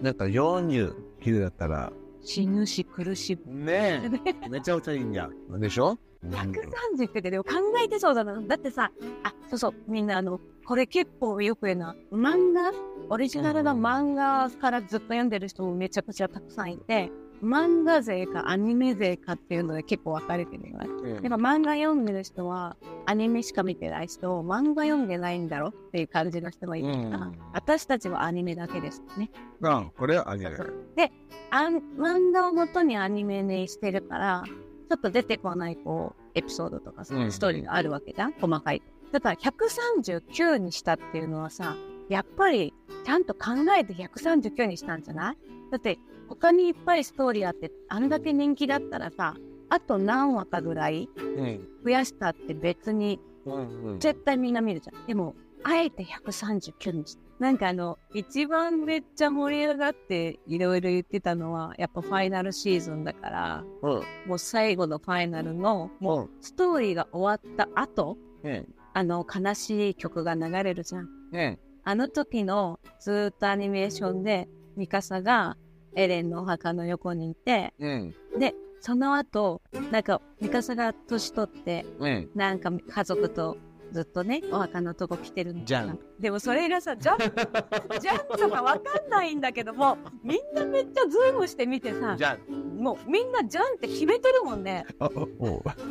Speaker 2: なんか49だったら
Speaker 1: 死ぬし苦しむ。
Speaker 2: ねえ、めちゃくちゃいいんじゃん。でしょ
Speaker 1: 130ってでも考えてそうだな。だってさ、あ、そうそう、みんなあの、これ結構よく言うな。漫画オリジナルの漫画からずっと読んでる人もめちゃくちゃたくさんいて、漫画勢かアニメ勢かっていうので結構分かれてるよね。やっぱ漫画読んでる人は、アニメしか見てない人、漫画読んでないんだろっていう感じの人もいるから、
Speaker 2: うん
Speaker 1: 私たちはアニメだけですね。
Speaker 2: あ、これはあげる。
Speaker 1: あん漫画をもとにアニメにしてるから、ちょっと出てこないこうエピソードとかさ、
Speaker 2: うん
Speaker 1: ストーリーがあるわけじゃん、細かい。だから139にしたっていうのはさ、やっぱりちゃんと考えて139にしたんじゃないだって他にいっぱいストーリーあって、あれだけ人気だったらさ、あと何話かぐらい
Speaker 2: うん。
Speaker 1: 増やしたって別に
Speaker 2: うん。
Speaker 1: 絶対みんな見るじゃん。でも、あえて139にした。なんかあの、一番めっちゃ盛り上がっていろいろ言ってたのは、やっぱファイナルシーズンだから、
Speaker 2: うん。
Speaker 1: もう最後のファイナルの、も
Speaker 2: も
Speaker 1: うストーリーが終わった後、
Speaker 2: う、うん。
Speaker 1: あの、悲しい曲が流れるじゃん。
Speaker 2: うん。
Speaker 1: あの時のずーっとアニメーションで、ミカサがエレンのお墓の横にいて、
Speaker 2: うん。
Speaker 1: で、その後、なんか、ミカサが年取って、
Speaker 2: うん。
Speaker 1: なんか家族とずっとね、お墓のとこ来てるんだ
Speaker 2: ジャン。
Speaker 1: でもそれがさ、ジャ ン、ジャンとかわかんないんだけども、みんなめっちゃズームして見てさ、
Speaker 2: じゃ
Speaker 1: もうみんなジャンって決めてるもんね。
Speaker 2: あ、あ、お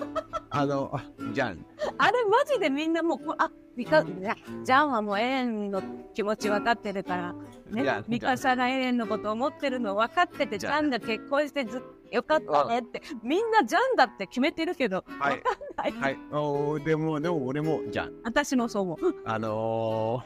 Speaker 2: あの、あ、じゃん。
Speaker 1: あれマジでみんなもうこ、あ、ミカ、いやジャンはもうエレンの気持ち分かってるから、
Speaker 2: じゃ
Speaker 1: ね
Speaker 2: ん、
Speaker 1: ミカサがエレンのこと思ってるの分かってて、ジ
Speaker 2: じゃ
Speaker 1: ャ
Speaker 2: ん
Speaker 1: ンが結婚してずよかったねって、みんなジャンだって決めてるけど、
Speaker 2: はい。
Speaker 1: はい
Speaker 2: はい。おでも、でも俺も、じゃん。
Speaker 1: 私もそう思う。
Speaker 2: あの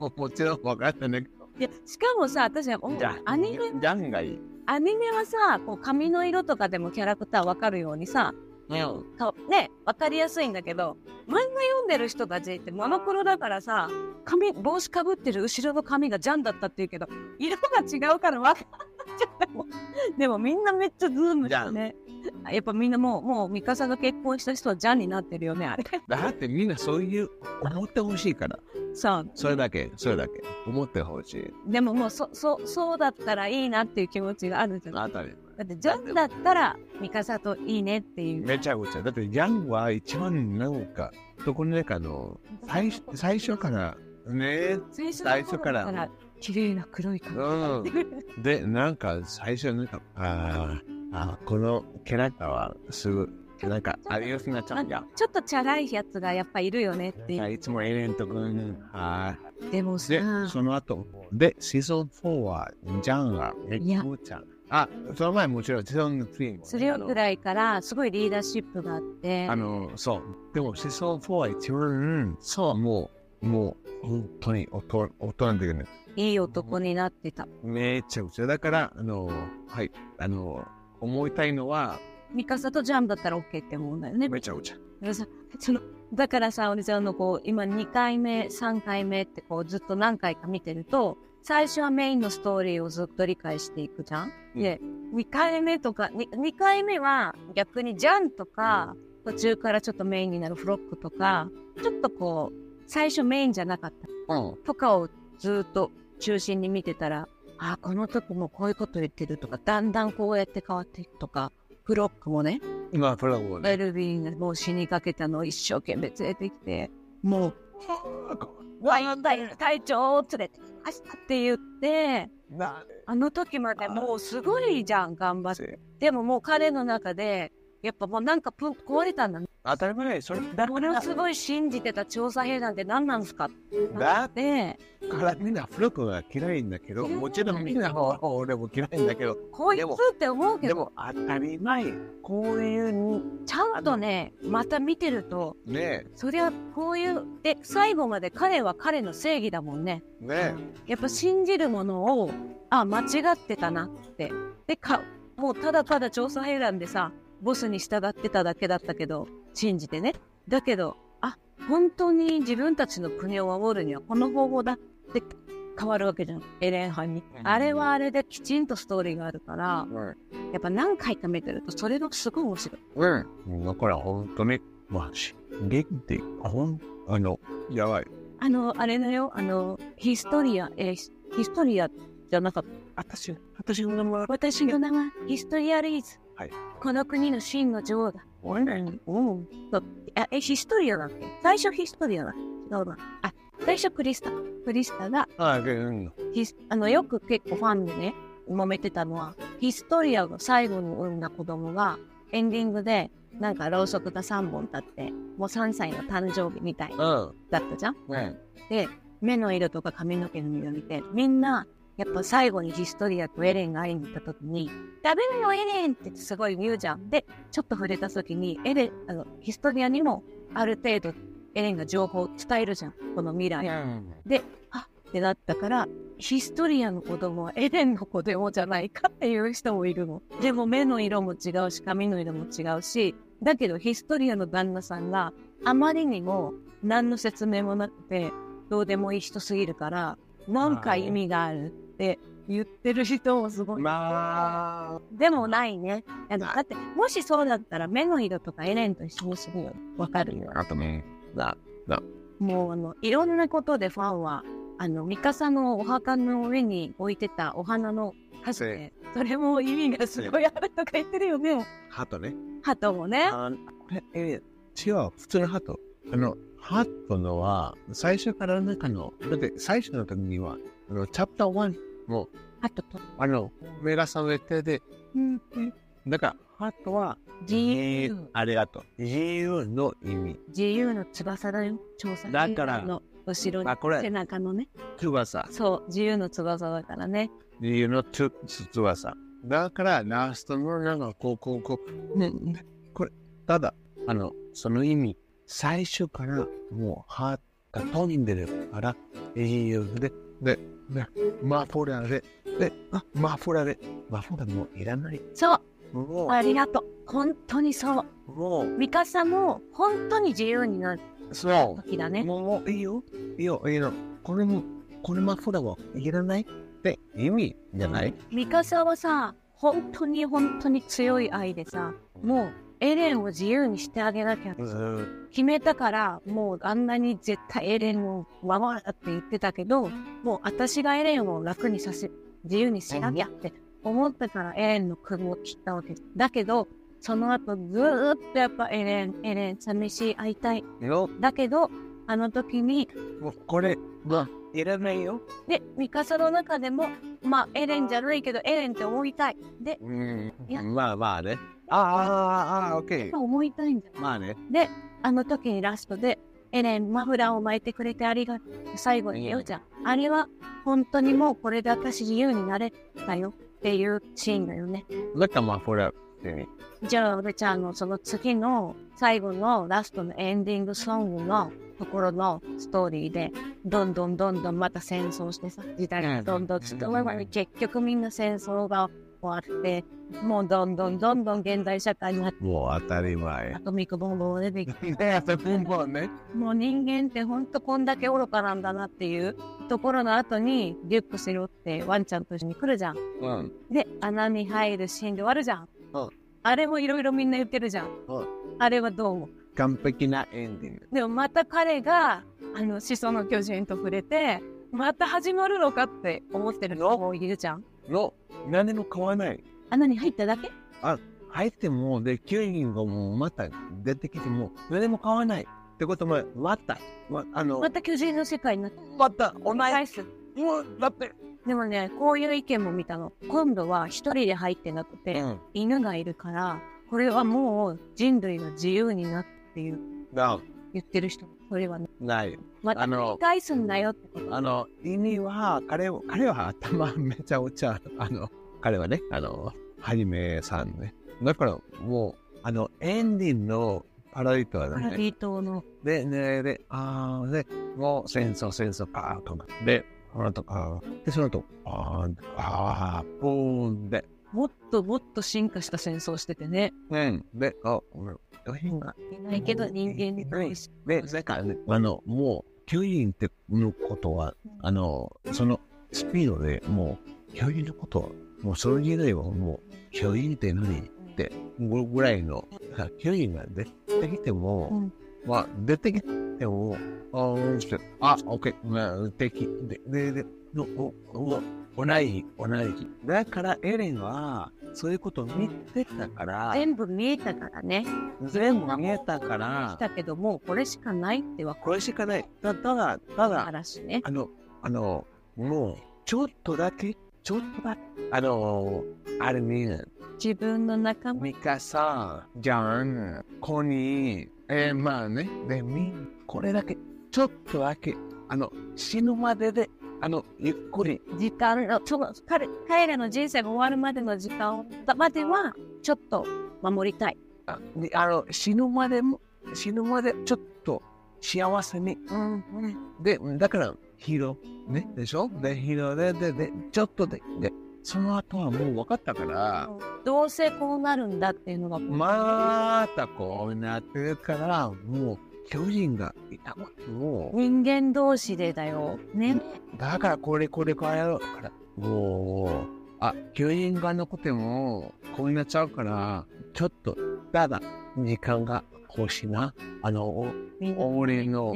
Speaker 2: ー、 もちろん分かったね。
Speaker 1: いやしかもさ、私は、お
Speaker 2: じゃん。
Speaker 1: アニメ
Speaker 2: じゃんがいい。
Speaker 1: アニメはさこう髪の色とかでもキャラクターわかるようにさ
Speaker 2: うん。
Speaker 1: 顔ねわかりやすいんだけど漫画読んでる人たちってモノクロだからさ髪帽子かぶってる後ろの髪がジャンだったっていうけど色が違うからわかん ないじゃんもうでもみんなめっちゃズームしてねやっぱみんなもうもうミカサが結婚した人はジャンになってるよねあれ
Speaker 2: だってみんなそういう、思ってほしいから。
Speaker 1: そう
Speaker 2: それだけ、それだけ。思ってほしい。
Speaker 1: でももうそそそうだったらいいなっていう気持ちがあるじゃない
Speaker 2: あたり。
Speaker 1: だってジャンだったらミカサといいねっていう
Speaker 2: めちゃくちゃ。だって、ヤンは一番なんか、どこの中の最初最初から、ね、
Speaker 1: 最初
Speaker 2: 最初から
Speaker 1: 綺麗な黒い髪
Speaker 2: うん。で、なんか最初なんか、あーあー、このキャラクターはすぐ、なんか、有吉なちゃんや。
Speaker 1: ちょっとチャラいやつがやっぱいるよねっていう
Speaker 2: いつもエレント君、は
Speaker 1: でも
Speaker 2: い。
Speaker 1: さ
Speaker 2: で、その後、で、シーズン4は、ジャンが、え、
Speaker 1: いや
Speaker 2: むちゃん。あ、その前もちろん、シーズン3も。
Speaker 1: それぐらいからすごいリーダーシップがあって
Speaker 2: あの、そう。でも、シソン4は一番、うんそう、もう、もう、本当に大人、大人の時に、
Speaker 1: いい男になってた
Speaker 2: めちゃくちゃ。だから、あの、はい、あの、思いたいのは、
Speaker 1: ミカサとジャンだったら OK って思うんだよね
Speaker 2: めちゃくちゃ。
Speaker 1: だからさそのだからさおじちゃんのこう今2回目3回目ってこうずっと何回か見てると最初はメインのストーリーをずっと理解していくじゃん、
Speaker 2: うん
Speaker 1: で2回目とか 2, 2回目は逆にジャンとか途中からちょっとメインになるフロックとかちょっとこう最初メインじゃなかった
Speaker 2: うん。
Speaker 1: とかをずっと中心に見てたらあーこの時もこういうこと言ってるとかだんだんこうやって変わっていくとかフロックもね
Speaker 2: まあ、プラゴ
Speaker 1: エ
Speaker 2: ね。
Speaker 1: ルヴィンがもう死にかけたのを一生懸命連れてきて、
Speaker 2: もう、
Speaker 1: ワイン隊隊長を連れてきましたって言って、
Speaker 2: な、
Speaker 1: あの時までもうすごいじゃん、頑張って。
Speaker 2: せ
Speaker 1: でももう彼の中で、やっぱもうなんかプン壊れたんだね。
Speaker 2: 当たり前それだ
Speaker 1: ものすごい信じてた調査兵なんて何なんですか
Speaker 2: だ
Speaker 1: で、
Speaker 2: からみんな古くが嫌いんだけど
Speaker 1: 嫌い
Speaker 2: もちろんみんなは俺も嫌いんだけど
Speaker 1: こいつって思うけ
Speaker 2: で
Speaker 1: ど、
Speaker 2: も当たり前こういう
Speaker 1: ちゃんとね、また見てると、
Speaker 2: ね
Speaker 1: そりゃこういう、で、最後まで彼は彼の正義だもんね。
Speaker 2: えね
Speaker 1: やっぱ信じるものを、あ、間違ってたなって。で、か、もうただただ調査兵団でさ、ボスに従ってただけだったけど、信じてね。だけど、あ、本当に自分たちの国を守るにはこの方法だって変わるわけじゃん。エレン派に。
Speaker 2: うん
Speaker 1: あれはあれできちんとストーリーがあるから
Speaker 2: え、うん
Speaker 1: やっぱ何回か見てると、それがすごい面白い。
Speaker 2: うんだから本当にまあし劇ってほんあのやばい
Speaker 1: あの、あれだよ、あの、ヒストリア、えーヒヒストリアじゃなかった。
Speaker 2: 私私の名前
Speaker 1: 私の名はヒストリアリーズ。
Speaker 2: はい
Speaker 1: この国の真の女王だ。俺らに、うん。そうあえ、ヒストリアだっけ最初ヒストリアだっけ。違うな。あ、最初クリスタ。クリスタが、
Speaker 2: あうん
Speaker 1: ヒスあの、よく結構ファンでね、揉めてたのは、ヒストリアの最後に産んだ子供が、エンディングで、なんかろうそくが3本立って、もう3歳の誕生日みたい
Speaker 2: うん
Speaker 1: だったじゃん。
Speaker 2: ね
Speaker 1: で目の色とか髪の毛の色見てみんなやっぱ最後にヒストリアとエレンが会いに行った時に「ダメだよエレン!」ってすごい言うじゃん。でちょっと触れた時にエレンあのヒストリアにもある程度エレンが情報を伝えるじゃんこの未来。ってなったからヒストリアの子供はエレンの子供じゃないかっていう人もいるの。でも目の色も違うし髪の色も違うしだけどヒストリアの旦那さんがあまりにも何の説明もなくてどうでもいい人すぎるからなんか意味があるって言ってる人もすごい。
Speaker 2: まあ
Speaker 1: でもないね。あのだってもしそうだったら目の色とかエレンと一緒にするよ。わかるよ。
Speaker 2: あとねだ
Speaker 1: もうあのいろんなことでファンはあのミカサのお墓の上に置いてたお花の箸でそれも意味がすごいあるとか言ってるよね
Speaker 2: ハトね
Speaker 1: ハトもね
Speaker 2: あこれえ違う普通のハトあのハトのは最初から中のだって最初の時にはあのチャプター1も
Speaker 1: ハトと
Speaker 2: あの目が覚めてでだからハトは
Speaker 1: 自由
Speaker 2: ありがとう自由の意味
Speaker 1: 自由の翼だよ調査
Speaker 2: だから
Speaker 1: の後ろ
Speaker 2: あ
Speaker 1: に
Speaker 2: これ
Speaker 1: 背中のね
Speaker 2: 翼
Speaker 1: そう自由の翼だからね
Speaker 2: 自由のつ翼だからラストのなんかこうこうこう、ねね、これただあのその意味最初からもうハートが飛んでるから自由でででマフラーでであマフラーでマフラーもういらない
Speaker 1: そう
Speaker 2: も
Speaker 1: ありがとう本当にそう
Speaker 2: うも
Speaker 1: ミカサも本当に自由になる
Speaker 2: うそう
Speaker 1: 時だね
Speaker 2: もうもういいよ、いいよ、いいの。これも、これマフラーはいらないって意味じゃない
Speaker 1: ミカサはさ本当に本当に強い愛でさもうエレンを自由にしてあげなきゃ
Speaker 2: ずー
Speaker 1: 決めたからもうあんなに絶対エレンを守るって言ってたけどもう私がエレンを楽にさせ自由にしなきゃって思ったからエレンの首を切ったわけだけどその後ずーっとやっぱエレンエレン寂しい会いたい
Speaker 2: よ、
Speaker 1: だけどあの時に
Speaker 2: もうこれはいらないよ。
Speaker 1: でミカサの中でもまあエレンじゃないけどエレンって思いたいで
Speaker 2: うん
Speaker 1: いや、
Speaker 2: まあまあね。ああ、ああ、オッケー。
Speaker 1: 思いたいんじゃん
Speaker 2: まあね。
Speaker 1: で、あの時にラストで、エレン、マフラーを巻いてくれてありがとう。最後によちゃん。あれは、本当にもうこれで私自由になれたよっていうシーンだよね。
Speaker 2: だからマフラーって意味。
Speaker 1: じゃあ、俺ちゃんのその次の最後のラストのエンディングソングのところのストーリーで、どんどんどんどんまた戦争してさ、時代がどんどんちょっと前まで結局みんな戦争が終わって、もうどんどんどんどん現代社会になって、
Speaker 2: もう当たり前
Speaker 1: ア。トミックボンボン出てきて
Speaker 2: ねえ、ポンポンね。
Speaker 1: もう人間ってほんとこんだけ愚かなんだなっていうところの後にリュックしろってワンちゃんと一緒に来るじゃん。
Speaker 2: うん。
Speaker 1: で、穴に入るシーンで終わるじゃん。
Speaker 2: うん
Speaker 1: あれもいろいろみんな言ってるじゃん。
Speaker 2: うん
Speaker 1: あれはどう思う
Speaker 2: 完璧なエンディング。
Speaker 1: でもまた彼があの始祖の巨人と触れて、また始まるのかって思ってるのもいるじゃん。
Speaker 2: の、何も買わない。
Speaker 1: 穴に入っただけ
Speaker 2: 入っても、で、キュウリンがもうまた出てきても、何も買わない。ってことも、また、まあの
Speaker 1: ま、た巨人の世界になって。
Speaker 2: また、お前、
Speaker 1: 返す
Speaker 2: うん、だって、
Speaker 1: でもね、こういう意見も見たの。今度は一人で入ってなくて、
Speaker 2: うん、
Speaker 1: 犬がいるから、これはもう人類の自由になっていう
Speaker 2: な
Speaker 1: 言ってる人もそれはね
Speaker 2: ない。
Speaker 1: また
Speaker 2: あ
Speaker 1: 繰
Speaker 2: の
Speaker 1: り返すんだよって
Speaker 2: あの、意味は、彼は、彼は頭 めちゃおちゃ、あの、彼はね、あの、はじめさんね。だから、もう、あの、エンディングのパラディ島
Speaker 1: パ
Speaker 2: だ
Speaker 1: ラデ。
Speaker 2: ね
Speaker 1: ィ島の
Speaker 2: で、ね、で、あー、で、もう戦争、戦争、パーッとなって。で、その後、あー、で、その後、あー、あー、ブーンで、
Speaker 1: もっともっと進化した戦争しててね
Speaker 2: うん、で、あ、うん、変が、
Speaker 1: いないけど人間に対し
Speaker 2: で、だからね、あの、もう、巨人ってのことは、あの、そのスピードでもう、巨人のことは、もうその時代はもう、巨人って何って、ぐぐらいの、あ巨人が出てきても、
Speaker 1: うん
Speaker 2: まあ、出てきても、あーして、あ、オッケー、まあ、敵、で、で、で、の、お、お、同じ、同じ。だから、エレンは、そういうことを見てたから、
Speaker 1: 全部見えたからね
Speaker 2: 全部見えたか
Speaker 1: 来
Speaker 2: ら、
Speaker 1: たけどもうこれしかないって分か
Speaker 2: これしかない。たただ、た
Speaker 1: る
Speaker 2: だ、
Speaker 1: 嵐ね
Speaker 2: あの、あの、もう、ちょっとだけ、ちょっとだけ、あの、あれね、
Speaker 1: 自分の仲間
Speaker 2: ミカさん、ジャン、コニー、えー、まあね、で、み、これだけ、ちょっとだけ、あの、死ぬまでで、あの、ゆっくり、
Speaker 1: 時間のちょ彼彼らの人生が終わるまでの時間まではちょっと守りたい、
Speaker 2: あにあの、死ぬまでも、死ぬまで、ちょっと、幸せに。で、だから、ヒーロー、ね、でしょで、ヒーローで、で、で、ちょっとで、で、その後はもう分かったから、
Speaker 1: どうせこうなるんだっていうのが
Speaker 2: またこうなってるから、もう巨人がいたわけも
Speaker 1: 人間同士でだよね
Speaker 2: う、だからこれこれこれやろうから、もう、あ、巨人が残っても、こうなっちゃうから、ちょっと、ただ、時間が欲しいな。あの、お
Speaker 1: みんな
Speaker 2: 俺の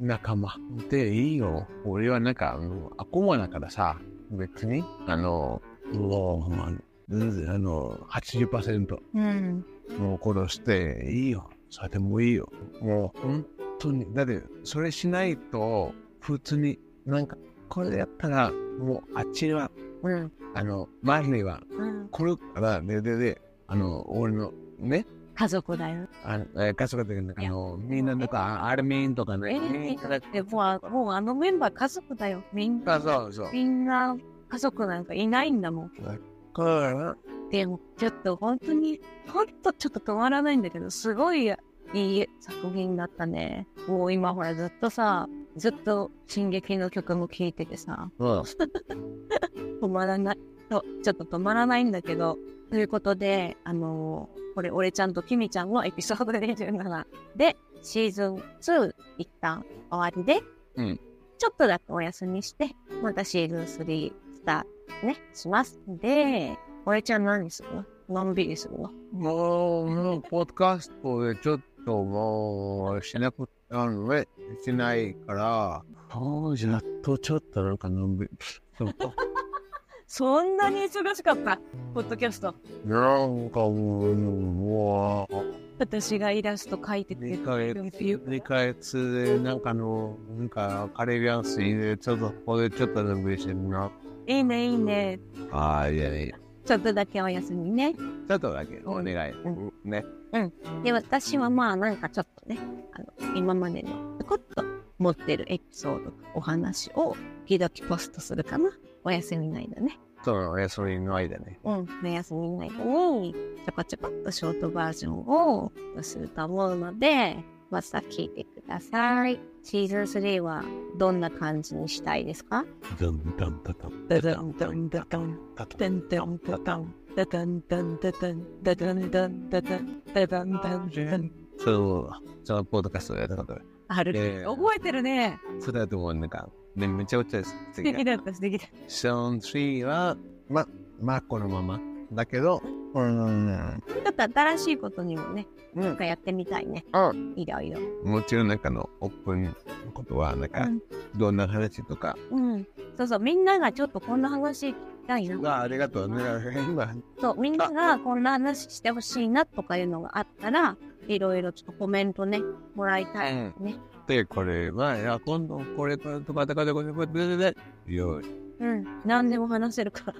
Speaker 2: 仲間でいいよ。俺はなんか、あの悪魔だからさ、別に、あの、もう、まああの、80%。
Speaker 1: うん
Speaker 2: もう殺していいよ。それでもいいよ。もう本当に。だって、それしないと、普通になんか、これやったら、もうあっちは、
Speaker 1: うん
Speaker 2: あの、周りは
Speaker 1: うん
Speaker 2: 来るから、で、で、で、あの、俺のね、
Speaker 1: 家族だよ
Speaker 2: あの、えー家族的な、あの、みんななんか、アルミンとか
Speaker 1: え
Speaker 2: ね、み
Speaker 1: み
Speaker 2: ん
Speaker 1: ん
Speaker 2: な
Speaker 1: なでもうあもうあのメンバー家族だよみんな
Speaker 2: あそうそう。
Speaker 1: みんな家族なんかいないんだもん
Speaker 2: だから、
Speaker 1: でもちょっと本当に本当ちょっと止まらないんだけどすごいいい作品だったねもう今ほらずっとさずっと「進撃」の曲も聴いててさ
Speaker 2: うん。
Speaker 1: 止まらないとちょっと止まらないんだけどということであのーこれ俺ちゃんとキミちゃんのエピソード27でシーズン2一旦終わりで、
Speaker 2: うん
Speaker 1: ちょっとだけお休みしてまたシーズン3スタートねしますで俺ちゃん何するののんびりするの
Speaker 2: もう、もうポッドキャストでちょっともう、しなく、あのね、しないから、そうじゃっとちょっとなんかのんびり、なんか
Speaker 1: そんなに忙しかったポッドキャスト
Speaker 2: もう、もう、
Speaker 1: 私がイラスト描いてて
Speaker 2: 2ヶ月、二ヶ月で、なんかあの、なんかカリビアンシーで、ちょっと、ここでちょっとのんびりしてるな。
Speaker 1: いいねいいね
Speaker 2: ああ、いやいや、
Speaker 1: ちょっとだけお休みね
Speaker 2: ちょっとだけお願い。ね。
Speaker 1: で私はまあなんかちょっとねあの今までのちょこっと持ってるエピソードお話を時々ポストするかなお休みの間ね
Speaker 2: そう、お休みの間ね。
Speaker 1: うんお休みの間にちょこちょこっとショートバージョンをすると思うのでまた聞いてくださいシーズン3はどんな感じにしたいですか
Speaker 2: ダンダンダンダン
Speaker 3: ダダンダンダダン
Speaker 2: ダン
Speaker 3: ダンダンダダンダダンダンダダンダダンダンダダンダダンダンダン
Speaker 2: そう、そのポッドキャストでやったこと
Speaker 1: ある、
Speaker 2: ええ
Speaker 1: 覚えてるね
Speaker 2: そうだと思うなんか、ね、めちゃくちゃ素
Speaker 1: 素
Speaker 2: 敵
Speaker 1: 敵
Speaker 2: だ。
Speaker 1: だった素敵だった
Speaker 2: ショーン3は、ま、まあ、このまま。だけど、うん、
Speaker 1: ちょっと新しいことにもね
Speaker 2: う
Speaker 1: なん
Speaker 2: ん、
Speaker 1: かやってみたいね
Speaker 2: う
Speaker 1: いろいろ
Speaker 2: もちろん中のオープンのことは、なんか
Speaker 1: うん、
Speaker 2: どんな話とか、
Speaker 1: うん。そうそう、みんながちょっとこんな話聞きたいな。
Speaker 2: あありがとうね。今、
Speaker 1: そう、みんながこんな話してほしいなとかいうのがあったら、いろいろちょっとコメントね、もらいたいね。
Speaker 2: で、これは、いや、今度、これとか、とか、とか、とか、とか、とか、とか、
Speaker 1: うん。何でも話せるから。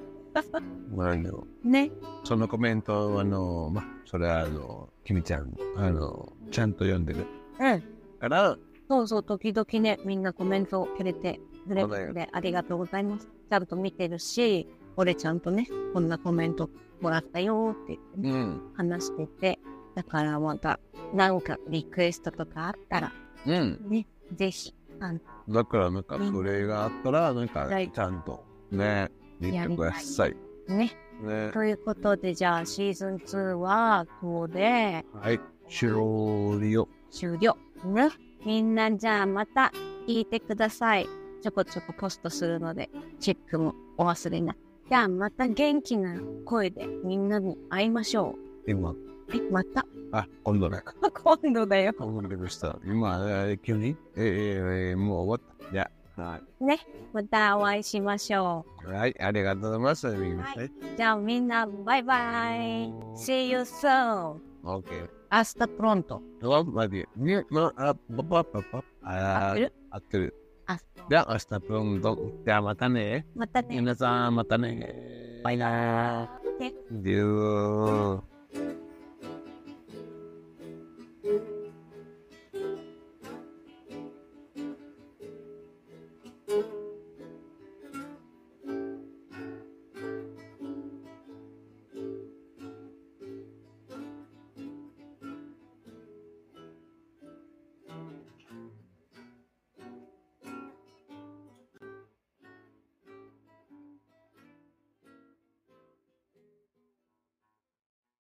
Speaker 2: あの
Speaker 1: ね。
Speaker 2: そのコメントをあの、まあ、それはあの、君ちゃん、あの、ちゃんと読んでる
Speaker 1: うん。
Speaker 2: から、
Speaker 1: そうそう、時々ね、みんなコメントをくれて、くれ
Speaker 2: そうだ
Speaker 1: てありがとうございます。ちゃんと見てるし、俺ちゃんとね、こんなコメントもらったよって言ってね
Speaker 2: うん、
Speaker 1: 話してて、だからまた、なんかリクエストとかあったら、
Speaker 2: うん。
Speaker 1: ね、ぜひ、あの、
Speaker 2: だから、なんか、
Speaker 1: うん
Speaker 2: それがあったら、なんか、
Speaker 1: はい
Speaker 2: ちゃんと、ね、言ってください。
Speaker 1: ね。
Speaker 2: ね。
Speaker 1: ということで、じゃあ、シーズン2は、ここで、
Speaker 2: はい。白りを。
Speaker 1: 終了。ね。みんなじゃあまた聞いてください。ちょこちょこポストするので、チェックもお忘れなく。じゃあまた元気な声でみんなに会いましょ
Speaker 2: 今、
Speaker 1: う。はい、また。
Speaker 2: あ、今度ね。
Speaker 1: 今度だよ。
Speaker 2: 今度出ました。今、えー急にえーえーもう終わった。じゃあは
Speaker 1: ね。またお会いしましょ
Speaker 2: い。はい、ありがとうございます。みんなね。
Speaker 1: う。じゃあみんなバイバイ。See you soon.
Speaker 2: OK。
Speaker 1: Hasta pronto.
Speaker 2: あ、待って。ね、まあ、パパパパ。
Speaker 1: 合
Speaker 2: あ
Speaker 1: ってる
Speaker 2: 合ってる。
Speaker 1: あ
Speaker 2: じゃあ、明日、今度。じゃあ、またね。
Speaker 1: またね。
Speaker 2: 皆さん、またね。バイナー。
Speaker 1: ね
Speaker 2: デュー。